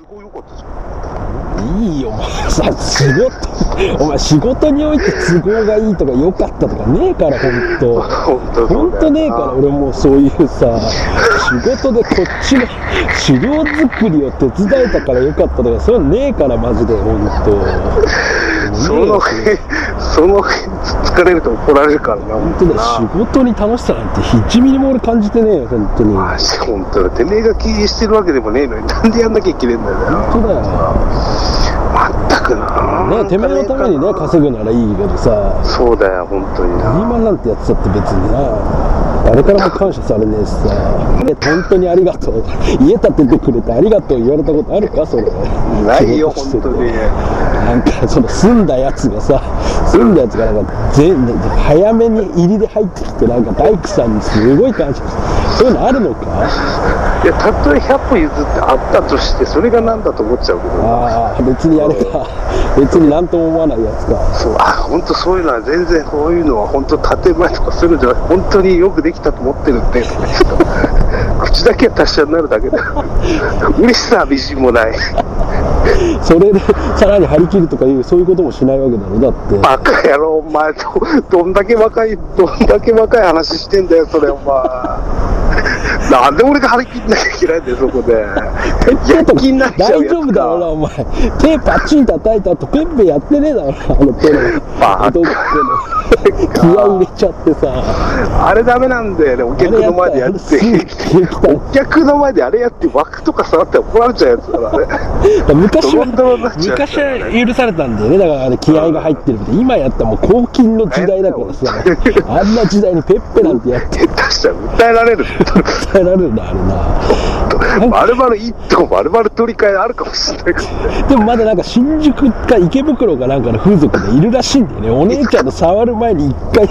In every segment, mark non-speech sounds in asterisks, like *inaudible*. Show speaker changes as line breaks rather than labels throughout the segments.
校良かったじゃん。
いいよ、お前さ、仕事、お前仕事において都合がいいとか良かったとかねえから、ほんと。
本当
ほんとねえから、俺もうそういうさ、仕事でこっちの資料作りを手伝えたから良かったとか、そういうのねえから、マジで、ほんと。
そ
ねえ
の
よ
辺、その辺、疲れると怒られるからな。
本当だよ仕事に楽しさなんて1ミリも俺感じてねえよ本当に
マジ本当だ。てめえが経営してるわけでもねえのに、なんでやんなきゃいけねえんだよな。
本当だよ、
全くな。
ね、てめえのためにね稼ぐならいいけどさ
そうだよ、本当にな。
今なんてやってたって別にな誰からも感謝されねえしさね本当にありがとう家建ててくれてありがとう言われたことあるかそれ
ないよ、
仕事
本
してて
当に。
なんかその住んだやつがさ住んだやつがなんか全早めに入りで入ってきてなんか大工さんにすごい感謝してそういうのあるのか
いや、たとえ100歩譲ってあったとして、それが何だと思っちゃうけど。
ああ別にあれか別に何とも思わないやつか
そうあ本当そういうのは全然こういうのは本当建前とかするんじゃなくて本当によくできたと思ってるんでとか言ってた *laughs* 口だけは達者になるだけ *laughs* だ嬉しさは微塵もない
それでさらに張り切るとかいうそういうこともしないわけだろだって
バカ野郎お前どどんだけ若いどんだけ若い話してんだよそれお前 *laughs* なんで俺が張り切んなきゃいけないんだよそこでやる気になっちゃう
大
やつ
丈
か
夫だろうなお前手パチン叩いた後ペンペンやってねえだろあの手の
バカ
どっかの気合い入れちゃってさ
あれダメなんだよねお客の前でやっ
すぐ
て
来た
お客の前であれやって枠とか触ったら怒られちゃうやつだからね
昔
ドロ
は
ンドロンになっちゃう
昔は許されたんだよねだからあれ気合が入ってるみたい今やったらもう公金の時代だからさあんな時代にペッペなんてやって
下手したら訴えられる
訴えられるんだあれな
丸々一頭丸々取り替えあるかもしれないけどね
でもまだなんか新宿か池袋かなんかの風俗でいるらしいんだよね。お姉ちゃんの触る前に一回、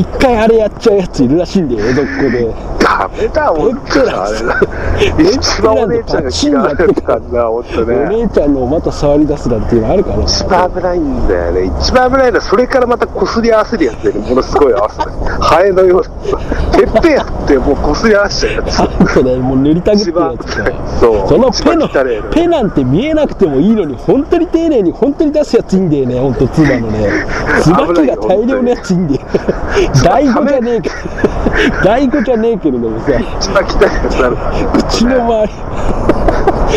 一回あれやっちゃうやついるらしいんだよ、江戸っ子で。
ダメだ本当にあれだ一番お姉ちゃんが嫌われるからな本当
お
ね
姉ちゃんのまた触り出すなんていうのあるかな。
一番危ないんだよね一番危ないのはそれからまたこすり合わせるやつでねものすごい合わせるハエのようなてっぺんやってもうこすり合わせちゃうやつ
あとね、もう塗りたぐってるやつ
一番
か。
そう
その
一
ペ
番
の
汚れる、
ペなんて見えなくてもいいのに、本当に丁寧に本当に出すやついいんだよね、ほんと、唾のね。
危
椿
ない
が
よ
大量のやついいんだよ。大悟じゃねえけど、大悟じゃねえけれどもさ。
一番汚いやつあるからね
口の周り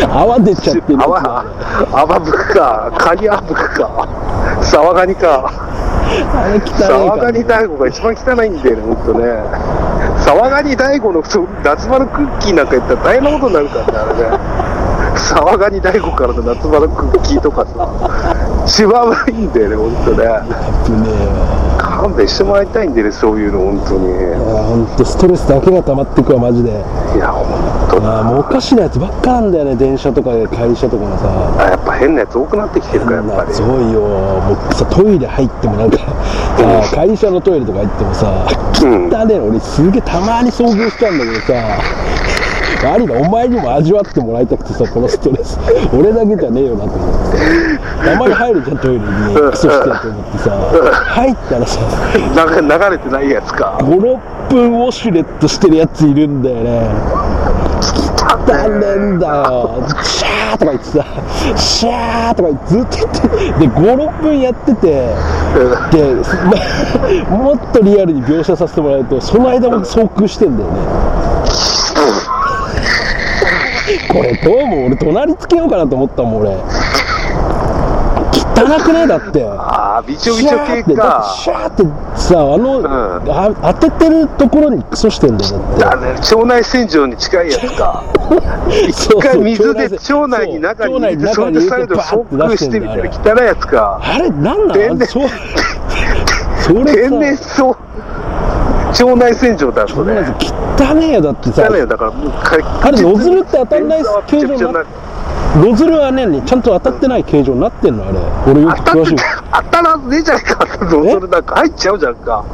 泡出ちゃってるやつ
泡泡吹くかカニ泡吹くか沢ガニか
あれ汚いか
沢
ら
ガニ大悟が一番汚いんだよね、ほんとね。沢ガニ大悟のそう夏場のクッキーなんかやったら大変なことになるからね、あれ
*laughs*
ね。沢ガニ大悟からの夏場のクッキーとかさ、一番悪いんだよね、ほんとね。
危ねえわ
勘弁してもらいたいんだよね、そういうの、ほんと
い
に。
やほんとストレスだけが溜まってくわマジで
いや、ほんと
あ
な。
あもうおかしなやつばっかなんだよね電車とかで会社とかのさ
あやっぱ変なやつ多くなってきてるから、やっぱり。
すごいよもうさトイレ入ってもなんかさ会社のトイレとか行ってもさ
うん。
だね俺すげえたまに遭遇しちゃうんだけどさありだお前にも味わってもらいたくてさこのストレス俺だけじゃねえよなと思ってさたまに入るじゃんトイレにクソしてると思ってさ入ったらさ
なん *laughs* か流れてないやつか。
56分ウォシュレットしてるやついるんだよね汚ねんだよシャーとか言ってさシャーとか言ってずっと言ってで56分やってて
うん
で、ま、 *laughs* もっとリアルに描写させてもらうとその間も遭遇してんだよねこれどうも俺隣つけようかなと思ったもん俺汚くねえだって
ああ、びちょび
シ
ち
ャ
ょ
ー
系
ってだっ
か
て。シャーってさあの、あ当ててるところにクソしてんだよだって
だね、腸内洗浄に近いやつか。
そ
一
う
回水で
そう
腸内に中に
そう
入れて、そ
腸
れで再
内に中に入れて
度
バ
ソ
ー
ッ
って出
ク
し
してて
ん
み
だ
た
よ
いな汚いやつか。
あれなんな
天
の
然
そうそれ
天
さ
然そう。腸内洗浄だ、それ。
汚ねえよだってさ
汚いよ、だからもうか、
あれノズルって当たんない
便座はびちょびちょになる
ノズルはねちゃんと当たってない形状になってんのあれ俺よく
当たっ
詳してい
当たらねえじゃんか、ノズルなんか入っちゃうじゃんか。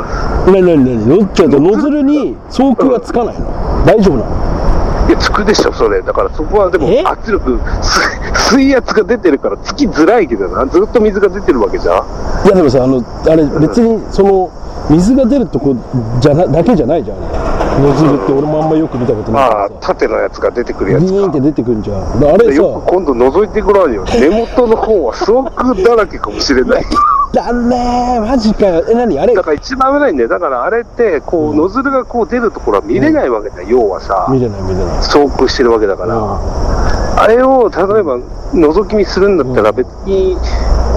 何何何ノズルノズルに送空はつかないの大丈夫なの
いや、つくでしょ、それ。だからそこはでも
え
圧力、水水圧が出てるから、つきづらいけどな。ずっと水が出てるわけじゃん。
いやでもさあのあれ別にその水が出るとこじゃなだけじゃないじゃんあれノズルって俺もあんまよく見たことない
ああ
からさ
縦のやつが出てくるや
ビ
つ
ーンって出てくるんじゃんだからあれ
よく
さ
今度覗いてごら
*laughs*
んよ根元の方はソークだらけかもしれない
だねーマジかよえ何あれ
だから一番危ないんだよだからあれってこうノズルがこう出るところは見れないわけだよ要はさ
見れない見れない
ソークしてるわけだから、
う
あれを例えば覗き見するんだったら別に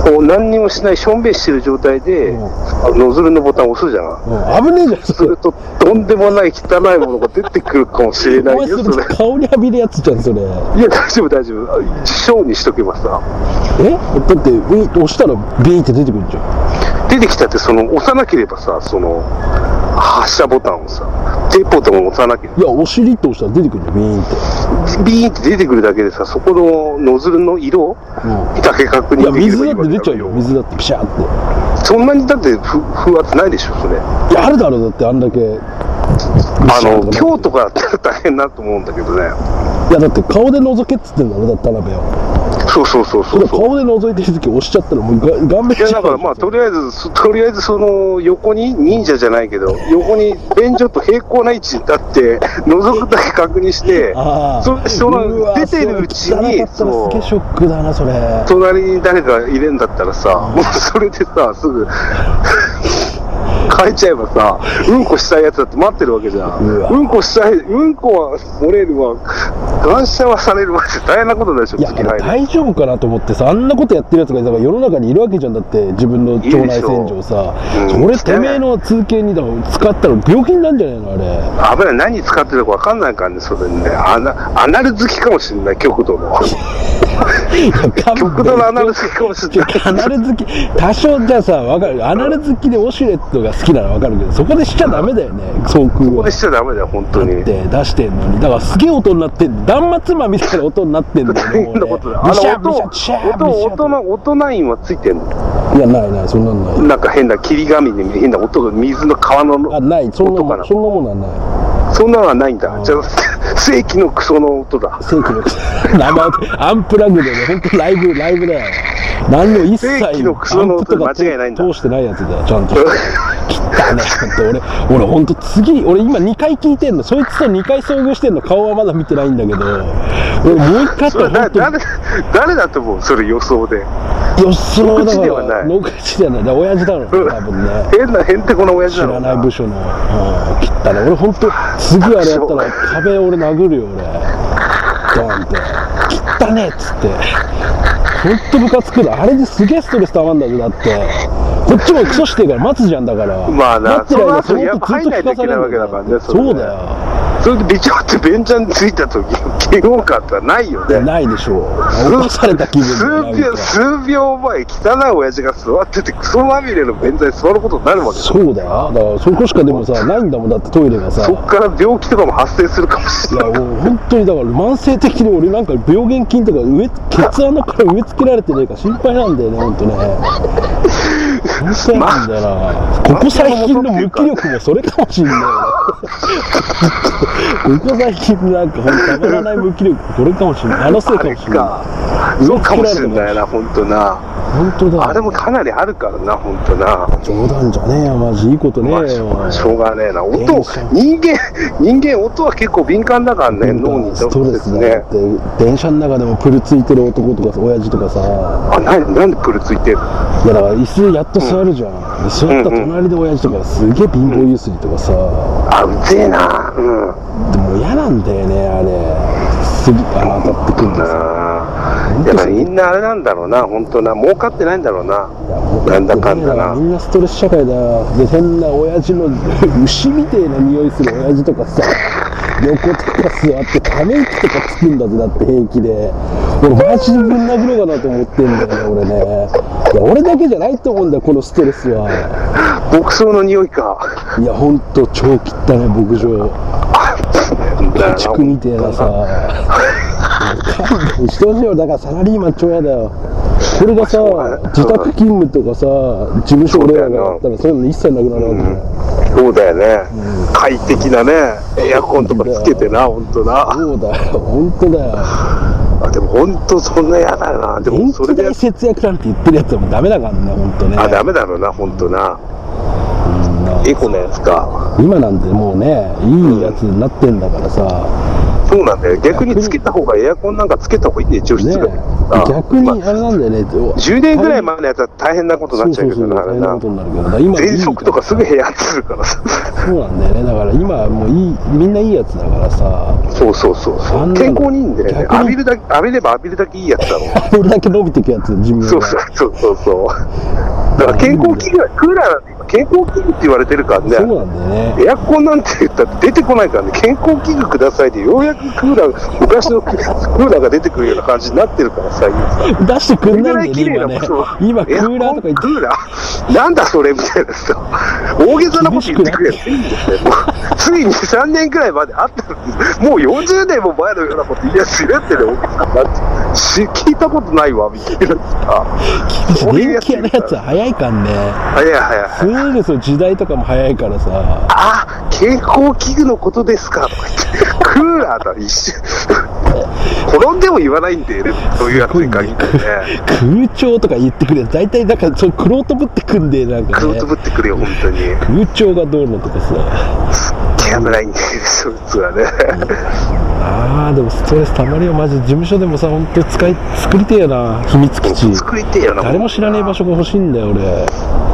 こう何にもしないしょんべんしてる状態で、
うん
あのノズルのボタンを押すじゃん
ん、うん、危ねえじゃん
す
それ
るととんでもない汚いものが出てくるかもしれな
お
い
前
よそ
それ
れ
顔に浴びるやつじゃんそれえ
いや大丈夫大丈夫ショーにしとけばさ
だってウィン押したらビーンって出てくるじゃん
出てきたってその押さなければさその発射ボタンをさテーポートも押さなきゃ
いやお尻って押したら出てくるじゃんビーンって
ビーンって出てくるだけでさそこのノズルの色
う
だけ確
んいや
認できれ
水
ばいい
だっ
わけ
て出
だ
ち
か
ゃう
ら
よ
よ
水だってピシャーっ
そんなにだってふ風圧ないでしょそれ
ていやあるだろうだってあんだけ
あの
そうだね
今日とかだったら大変だと思うんだけどね
いやだって顔で覗けっつってんだろだって田辺は
そうそうそうそうそう
顔で覗いてる時押しちゃったらもうが顔面
いやだからまあとりあえずそとりあえずその横に忍者じゃないけど横に便所と平行な位置に立って *laughs* 覗くだけ確認して
ああ
そその出てるうちに
それ汚かったらすげえショックだなそれ
隣に誰かいるんだったらさもうそれでさすぐ変えちゃえばさうんこしたいやつだって待ってるわけじゃん
うわ
うんこしたいうんこは漏れるわ感謝はされるわって大変なことでしょ
いや
付き合いで
大丈夫かなと思ってさあんなことやってるやつがだから世の中にいるわけじゃんだって自分の腸内洗浄さ
いるでしょうん
それてめえの通勤にだから使ったら病気になるんじゃないのあれ
危ない何使ってるか分かんないからねそれねアナアナル好きかもしれない極度の
いや勘
極
弁
度のアナル好きかもしれない
アナル好き多少じゃあさわかるアナル好きでオシュレットが好きならわかるけどそこでしちゃダメだよね送空
こ
を
れしちゃダメだよ本当に
で出してんのにだからすげえ音になってん断末魔みたいな音になってんだよ
大変な
ねも
こ
う
と
ね
だ
ビ
あの
シャ
音
ビシャビシャ
音
ビシ
音
ャ
の音ナインはついてんの
いやないないそんなんない
なんか変な霧紙に変な音が水の川の
あないそんな
音か
も
なん
そんなものはない
そんなのはないんだじゃあ *laughs* 世紀のクソの音
*laughs*
だ
正規の生音アンプラグでね本当ライブライブだよ何の一切
正規のクソの音で間違いないんだ
アンプとか通してないやつだよちゃんとしただね本当俺俺本当次俺今2回聞いてんのそいつと2回遭遇してんの顔はまだ見てないんだけど俺もう1回
それ
と
だ
本当に
誰誰だと思うそれ予想で
予想だ
野口
か
ではな
ら
い
野口ではないだから親父だろうね多分ね
変なへんてこな親
知
父な
ら
の
ない部署の、うん、切ったね俺本当次あれやったら壁俺殴るよ俺ドーンって切ったねっつって本当ムカつくだあれですげえストレスたまんだぜだってこっちもクソしてるから待つじゃんだから
まあな
待ってる間
その後
の音
入んないといけないわけだからね
そ
そうれね
だよ
それでビチョってベンチャーに着いた時 *laughs* の嫌悪感ってないよ
いや
ね
ないでしょう起こされた気分
数
だよなん
秒
か
数秒前汚い親父が座っててクソまみれの便座に座ることになるわけだ
そうだよだからそこしかでもさないんだもんだってトイレがさ
そっから病気とかも発生するかもし
い
れ
や
ない
もう本当にだから慢性的に俺なんか病原菌とか植え血穴から植え付けられてねえか心配なんだよね本当ね本当なんだよなここ最近の無気力もそれかもしんないよねここ最近なんかほんとたまらない無気力これかもしんないあのせいかもしんない
かそうかもしれないな本当な
本当だよ
あれもかなりあるからな本当な
冗談じゃねえよマジいいことね
まあ
え
し
よ、
ょうがしょうがねえな音
電車
人間人間音は結構敏感だからね脳に
ストレスだ
ね
よだって電車の中でもプルついてる男とかさ親父とかさ
あなんなんでプルついてる
いやだから椅子やっと座るじゃん、で座った隣で親父とかすげえ貧乏ゆすりとかさ、
あうぜえなうん
でも嫌なんだよねあれすぐあの当たってくるんですよ
なあだからみんなあれなんだろうな本当な儲かってないんだろうない
やもう
なんだかんだな
みんなストレス社会だよで変な親父の牛みてえな匂いする親父とかさ *laughs* 横とか座ってため息とかつくんだぜだって平気で俺マジでぶん殴ろうかなと思ってんだよね俺ねいや俺だけじゃないと思うんだよこのストレスは
牧草の匂いか
*laughs* いやほんと超汚い牧場家畜みてえなさ勘弁してほしいよだからサラリーマン超嫌だよこれがさ自宅勤務とかさ事務所俺らがやったらそういうの一切なくなるわけね
そうだよね、快適なねエアコンとかつけてな本当な
そうだよ本当だよ
あでも本当そんな嫌だよなでも
電
それ
気
で
代節約なんて言ってるやつはもうダメだからね本当ね
あダメだろうな本当な
うんな
エコなやつか。
今なんてもうねいいやつになってんだからさ、
そうなんだよ。逆につけた方が、エアコンなんかつけた方がいいね、除湿
ね
が。あ
逆に
ま
あれなんだよね、
あ10年ぐらい前のやつは大変なことにな
そ
っ
う
ちゃ
そうう
けど
そう
な、あ
大
れ
変な
な
こと。になるけどだから今いい
喘息とかすぐ部屋するからさ。
そうなんだよねだから今はもういいみんないいやつだからさ
そうそうそうそ
あん
う。
なの
健康にいいんだよね。
逆に
浴びるだけ、浴びれば浴びるだけいいやつだろう。
これだけ伸びてくやつ寿命が
そうそうそうそうそう。だから健康器具は、クーラーなんて今健康器具って言われてるからね。
そうなんだよね
エアコンなんて言ったって出てこないからね、健康器具くださいで、ようやくクーラー、昔のクーラーが出てくるような感じになってるからさ、今さ。
出してく
こ
ん
れ
な
ぐら
い
い
ん
綺
だ
麗な
よね
ことは
今ね今クーラ
エア
ーとか言っ
コ
て
ンクーラーなんだそれみたいなさ、大げさなこと言ってくれるいいんですよもうついに3年くらいまであったのに、もう40年も前のようなこと言いやすいやってね、大げさなってし聞いたことないわ、みたいなさ。そういう
電
やつ
気
言
屋の
うか
や
ら
つは早いかんね
早い早い
すぐですよ時代とかも早いからさ
あ、健康器具のことですかとか言って、クーラーだ、一瞬。転んでも言わないんで、そういうやつに限ってね。
空調とか言ってくれ大体だからそのクロートぶってくんでなんか
く
ね
るとぶってくるよ、本当に。
空調がどうのとかさ
手やめないんで、そいつはね。
あーでもストレスたまるよマジ事務所でもさ本当使い作りてえよな秘密基地
作りてえよな。
誰も知らねえ場所が欲しいんだよ俺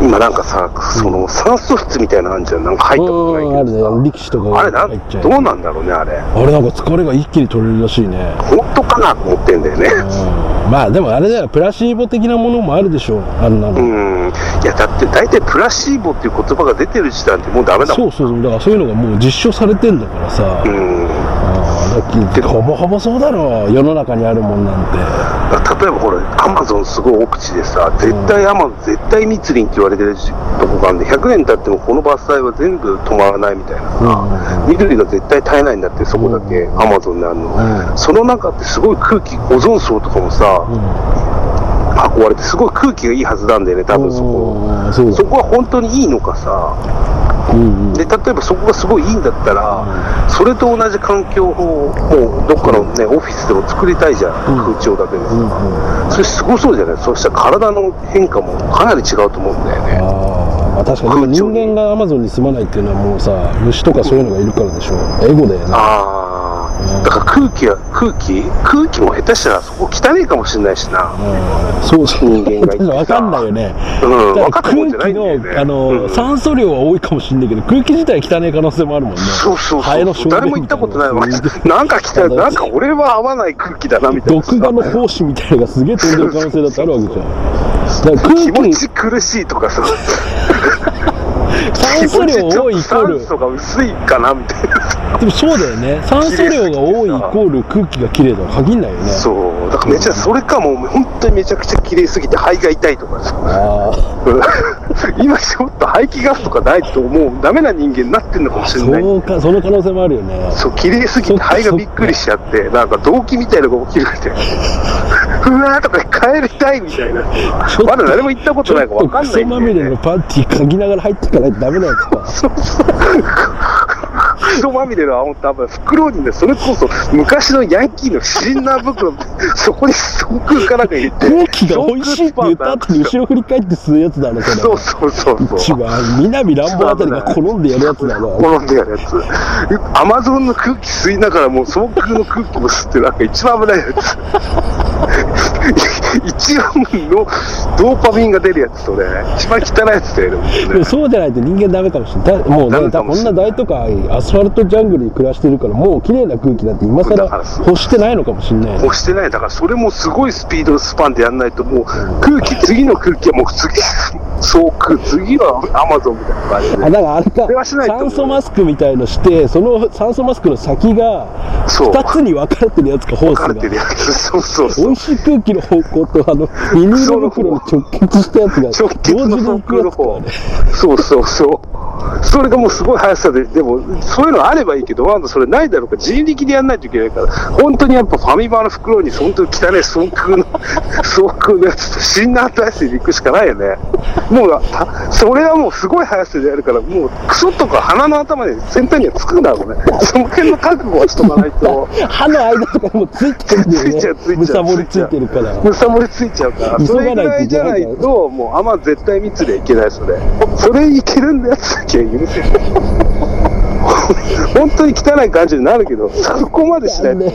今なんかさ、その酸素室みたいなのあるじゃん。なんか入ったこと
うん
な
あ
いけどさ。
るね力士とか
あれな
が入っちゃ
ん、どうなんだろうね、あれ。
あれなんか疲れが一気に取れるらしいね
本当かなと思ってんだよね。
うんまあでもあれだよプラシーボ的なものもあるでしょあんな
う
の
ん。いや、だって大体プラシーボっていう言葉が出てる時代ってもうダメだもん。
そうそうそうだからそういうのがもう実証されてんだからさ
うん。
あーだってほぼほぼそうだろう世の中にあるもんなんて
例えばほら、アマゾンすごい奥地でさ、絶対アマゾン、絶対密林って言われてるとこがあるんで、100年経ってもこの伐採は全部止まらないみたいな。
うん
緑が絶対絶えないんだって、そこだけアマゾンにあるの。
う
その中ってすごい空気、オゾン層とかもさ、運ばれて、すごい空気がいいはずなんだよね、多分そこ。
うんそう
そ
だ
こは本当にいいのかさ、
うんうん
で、例えばそこがすごいいいんだったら、それと同じ環境を、もうどっかのね、オフィスでも作りたいじゃん、
うん
空調だけで
う
さ。
んうん
それすごそうじゃないそしたら体の変化もかなり違うと思うんだよね。
あーまあ確かに人間がアマゾンに住まないっていうのはもうさ虫とかそういうのがいるからでしょエゴだよな
あ
う
あ。
ん
だから空気は、空気空気も下手したらそこ汚いかもしれないしな。
うんそうそう
人間
*laughs*
がいてさ
分かんないよね
うん。
だ
分
か
からったもん
空
じゃない
気
んだよね。
のあの、
うん
酸素量は多いかもしれないけど空気自体汚い可能性もあるもんね
そうそう
ハエの
そう。
小
誰も行ったことないわ。なんか来た、なんか俺は合わない空気だな、みたいなさ。
毒ガの胞子みたいなのがすげえ飛んでる可能性だってあるわけじゃんだから
気
空
持
気
ち苦しいとかさ、
酸素量多いイコール
酸素が薄いかなみたいなさ、
でもそうだよね酸素量が多いイコール空気がきれいとは限らないよね
そう、だからめちゃ、それかもう本当にめちゃくちゃ綺麗すぎて肺が痛いとかさ、
あ
*laughs* 今ちょっと排気ガスとかないともうダメな人間になってんのかも
あ
しれない
そうかその可能性もあるよね
そう綺麗すぎて肺がびっくりしちゃってなんか動悸みたいなのが起きるみたいなうわーとか帰りたいみたいな
ちょっと
まだ誰も行ったこ
ち
と
ょ
ない
っ
から
と
分か
ク
んな
ソ
いん
ま
だ
みれ
よ
の
ね
パンティー嗅ぎながら入ってかないとダメなやつ
*laughs*
か
そうそうクソまみれの青多分袋にねそれこそ昔のヤンキーのシンナー袋そこに送空かなんか入れて
空気が美味しいって言った後に後
ろ
ろ振り返って吸うやつだねそれ
そうそうそうそう
一番南乱暴あたりが転んでやるやつだな
転んでやるやつ。アマゾンの空気吸いながらもう総空の空気も吸ってなんか一番危ないやつ。一番のドーパミンが出るやつとね、一番汚いやつだよね。
でもそうじゃないと人間ダメかもしれないだもう
ダ
ね
メ
だ
か
こ
もし
ん
れ
な
ない
大都会アスファルトジャングルに暮らしてるからもう綺麗な空気なんて今更
だからそう
欲してないのかもしれないね
押してない。だからそれもすごいスピードスパンでやんないともう空気、次の空気はもう次、総空、次はアマゾンみたいな感じで。
あだからあれか
れはしないと思う
酸素マスクみたいのしてその酸素マスクの先が
そう
2つに分かれてるやつかホー
枯れ
ス
て
が
るやつ。そうそうそう
美。味しい空気の方向とあのビニール袋に直結したやつが
直結
同
の
時に行
送
く
空
や
の
つか
方、
らね
そうそうそう、それがもうすごい速さで、でも、そういうのあればいいけど、ワンダそれないだろうから、人力でやんないといけないから、本当にやっぱファミマの袋に、本当に汚い送空 *laughs* の、送空のやつと、シンナー体制で行くしかないよね、もうた、それはもうすごい速さでやるから、もう、クソとか鼻の頭で先端にはつくんだろうね、その辺の覚悟はしとかないと、
歯の間とかにもついてるんだ
ついちゃ
よ
う、つ
ね
い
む
ちゃ
さ
う、
ぼりついてるから
むさぼりついちゃうから、
急
それ
が
ぐ
な
ら
いとい
い
け
じゃ
ないから
ないと、もう、あんま絶対密でいけない、それ。それいけるんだやつだけ、ですよ。 *laughs* 本当に汚い感じになるけど、そこまでしない。
ね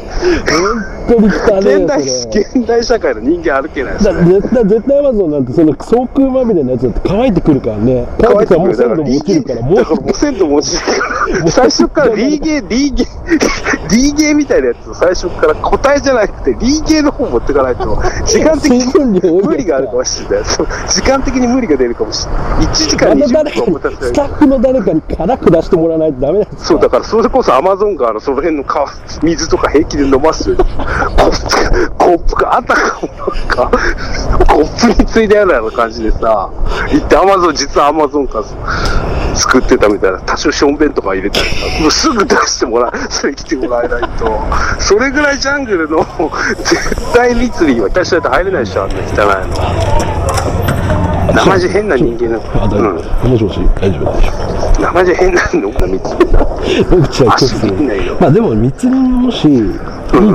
本当に汚ねえよ
現代、
それ
現代社会の人間歩けないです
だ
ね。
絶対、絶対アマゾンなんて、その、草空まみれのやつだって乾いてくるからね。乾いてさ、もう鮮度も落ちる
*laughs*
から、もう
だから、もう鮮度も落ちるから、最初からリーゲー、リーゲー、リーゲーみたいなやつを最初から答えじゃなくて、リーゲーの方持ってかないと、時間的
水分量多い
に
から
無理があるかもしれない。そう時間的に無理が出るかもしれない。1時間
また誰
20
か
分
に
もた、せ
ス
ない。
タッフの誰かに辛く出してもらわないとダメなんです
そう、だからそれこそアマゾン川のその辺の川、水とか平気で飲ますよ。コップ、コップがあたかもなんか、コップについたような感じでさ、行ってアマゾン、実はアマゾン川作ってたみたいな、多少しょんべんとか入れたりさ、もうすぐ出してもらえ、それ来てもらえないと、それぐらいジャングルの絶対密林は私だって入れないでしょ、あんな汚いの。生地変な人間
あ、
な
大丈
の。う
夫
ん。
もしもし、大丈夫でしょう。
生地変なの、こんな密林。
僕ちは一つ
足見ないよ
まあでも密林もしいい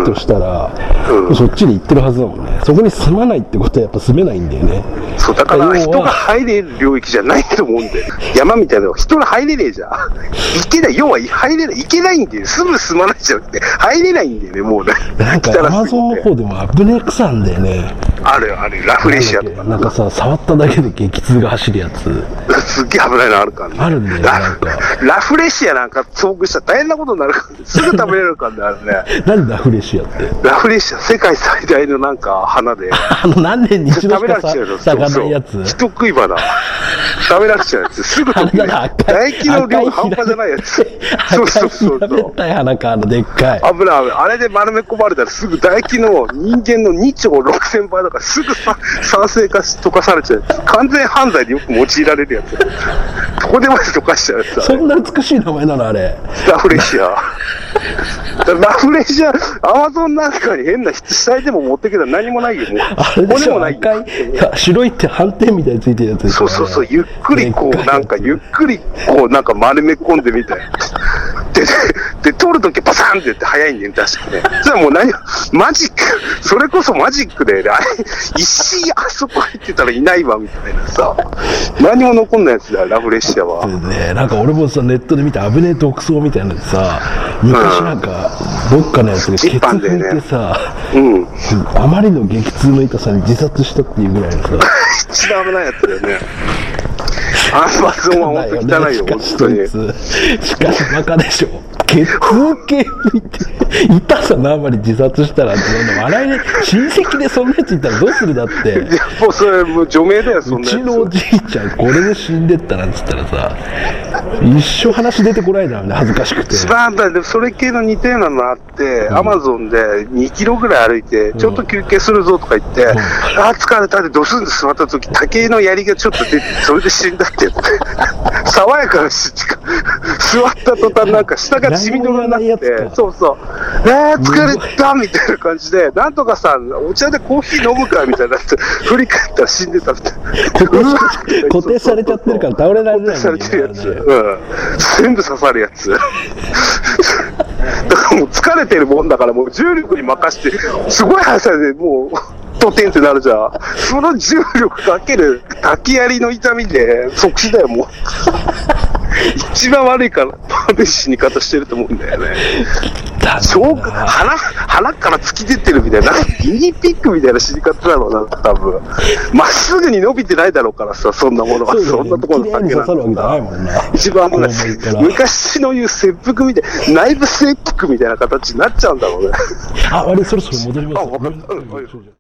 としたら、
うん
そっちに行ってるはずだもんねそこに住まないってことはやっぱ住めないんだよね
そう、だか
要は
ら人が入れる領域じゃないと思うんだよ。山みたいなのは人が入れねえじゃん。行けない、要は入れない、行けないんだよ。すぐ住まないじゃなくて、入れないんだよね、もうね。
なんかアマゾン
汚すぎ
の
て。
方でも危ねえ草なんだよね
あるよ、あるよ。ラフレシアとか。
なんかさ触っただけで激痛が走るやつ *laughs*
すっげえ危ないのあるからね。
あるんだよ
ラ
なん
フ
か
ラフレシアなんか遭遇したら大変なことになるから、ね、すぐ食べれるからね、あれね。
なんだフレシアって *laughs*
ラフレシア、世界最大のなんか花で。
あの何年に一
食
度し
べら
か
れちゃうよ。
さ咲かないやつ
そう人食い花。食べられちゃうやつ。すぐ食べ
あれだな
られ
赤い
唾液の量半端じゃないやつ。そうそうそう
赤
そう
い平。べったい花かあのでっか
危な
い
い危ない。あれで丸め込まれたらすぐ唾液の人間の2兆6000倍だからすぐさ酸性化し溶かされちゃうやつ。完全犯罪でよく用いられるやつ。どこでまで溶かしちゃうやつ。
そんな美しい名前なのあれ
ラフレシア。ラフレシア、アマゾンなんかに変な死体でも持ってけたら何もないよ。もう
あれでし
骨も
ょ
ないよ
赤いい *laughs* や白いって斑点みたいについてるやつでし
そ
ょ
うそうそう、ゆっくりこう、なんか、ゆっくりこう、なんか丸め込んでみたい。で、で、で取るときパサンってやって早いんだよ、確かね。それはもう何、マジック、それこそマジックで、あれ、石、あそこ入ってたらいないわ、みたいなさ。何も残んないやつだよ、ラフレシアは。
でね、なんか俺もさネットで見た危ねえ独走みたいなのでさ昔なんかどっかのやつがケツ
一般でね
拭いてさ、
うん。
あまりの激痛の痛さに自殺したっていうぐらいのさ
一番危ないやつだよね。アン
*laughs*
バゾンは本当汚いよ、
ね
本当に。
しかししかしバカでしょ血痛系拭いて痛さのあまり自殺したらってなんだ笑いね親戚でそんなやついたらどうするだって
いや、もうそれ、もう除名だよ、そん
う
な
ち
やつ
のおじいちゃんこれで死んでったなんつったらさ一生話出てこないだろうね恥ずかしくて
一番だ、でもそれ系の似たようなのあって、アマゾンで2キロぐらい歩いて、ちょっと休憩するぞとか言って、ああ、疲れたってドスンと座った時、竹の槍がちょっと出て、それで死んだって言
*laughs*
って、爽やかなし、座った途端なんか下が血みどろにな
何も言わ
っ
ないやつ
て
か、
そうそう、えー、疲れたみたいな感じで、なんとかさん、お茶でコーヒー飲むかみたいになって、振り返ったら死んでたみたいな。
固定
うわ
固定されちゃってるから倒れられない
さ
もん
れ
ね
てるやつ、
今ね
うん、全部刺さるやつ。だからもう疲れてるもんだから、もう重力に任して、すごい速さでもう、とてんってなるじゃん。その重力かける、滝槍の痛みで、即死だよ、もう。一番悪いから、悪い死に方してると思うんだよね。
だな
そう腹、腹から突き出てるみたいな、なんかギニーピックみたいな死に方だろうな、多分。まっすぐに伸びてないだろうからさ、そんなものは。
そうだ
そ
よ
ん
ね
なところの
綺麗に
竹なん
刺
て
さるわけじゃないもんね
一番危ないで
肛門
す
から
昔の言う切腹みたい、内部切腹みたいな形になっちゃうんだろうね。
あ、あれそろそろ戻ります。
あわかったうんはい